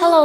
Hello，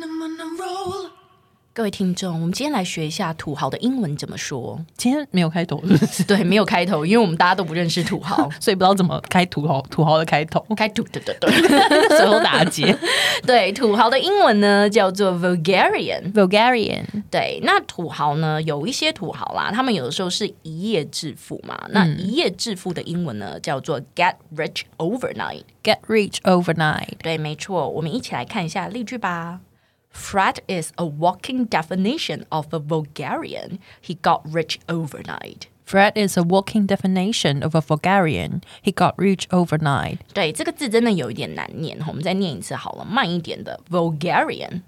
各位听众，我们今天来学一下土豪的英文怎么说。今天没有开头， 是不是 对，没有开头，因为我们大家都不认识土豪。所以不知道怎么开土豪土豪的开头， 开土对对对随后打 结。 对，土豪的英文呢叫做 Vulgarian。 Bulgarian，对，那土豪呢，有一些土豪啦，他们有的时候是一夜致富嘛。那一夜致富的英文呢叫做 get rich overnight。 get rich overnight。对，没错，我们一起来看一下例句吧。Fred is a walking definition of a Vulgarian. He got rich overnight. Fred is a walking definition of a Bulgarian. He got rich overnight. 对，这个字真的有一点难念，我们再念一次好了，慢一点的 Vulgarian。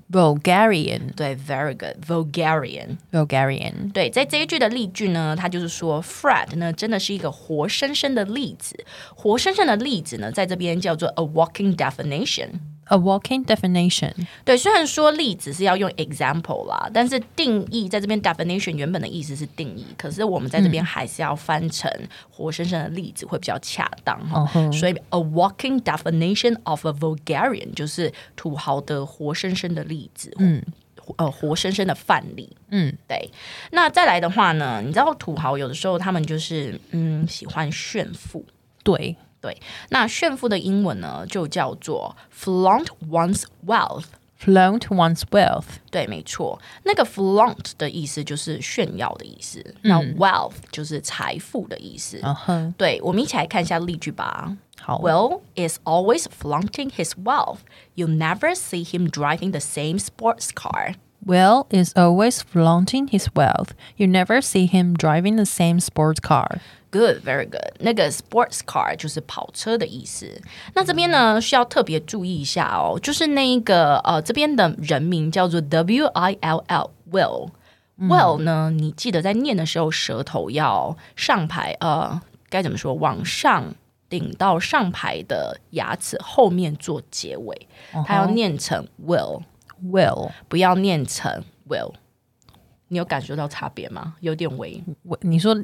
Bulgarian, 对，very good Vulgarian。 Bulgarian. 对，在这一句的例句呢，它就是说，Fred 呢真的是一个活生生的例子，活生生的例子呢，在这边叫做 a walking definition。 A walking definition. 对，虽然说例子是要用 example 啦，但是定义在这边 definition 原本的意思是定义，可是我们在这边还是要翻成活生生的例子会比较恰当哈。所以 a walking definition of a Vulgarian 就是土豪的活生生的例子，嗯，呃，活生生的范例，嗯，对。那再来的话呢，你知道土豪有的时候他们就是嗯喜欢炫富。对，对，那炫富的英文呢，就叫做 flaunt one's wealth。 flaunt one's wealth. 对，没错，那个 flaunt 的意思就是炫耀的意思，那 wealth 就是财富的意思。嗯哼对，我们一起来看一下例句吧。好 Will is always flaunting his wealth. You never see him driving the same sports car. Will is always flaunting his wealth. You never see him driving the same sports car. Good, very good. 那个 sports car 就是跑车的意思。那这边呢，需要特别注意一下哦，就是那一个呃，这边的人名叫做 W I L L Will。Will 呢，你记得在念的时候，舌头要上排，呃，该怎么说？往上顶到上排的牙齿后面做结尾，它要念成 Will， Will. 不要念成 Will。你有感受到差别吗？有点微 w- 你说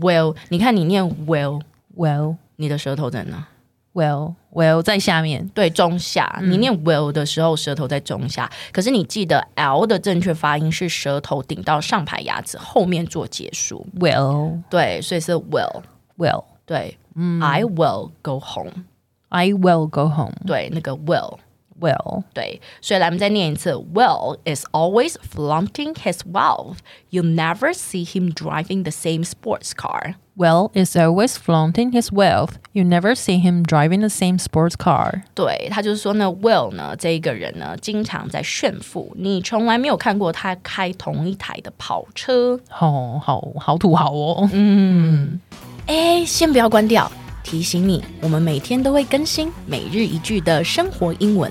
Will，你看你念 Will。 well 你的舌头在哪？ well well 在下面对，中下。你念 will 的时候，舌头在中下。可是你记得 l 的正确发音是舌头顶到上排牙齿后面做结束。 well 对，所以是 will。 well 对、i will go home。 I will go home 对，那个 will。 well 对，所以来我们再念一次。Will is always flaunting his wealth. You never see him driving the same sports car. well is always flaunting his wealth you never see him driving the same sports car 对，他就是说呢，Will 呢这一个人呢，经常在炫富，你从来没有看过他开同一台的跑车。好好好土豪哦哎，先不要关掉，提醒你，我们每天都会更新每日一句的生活英文，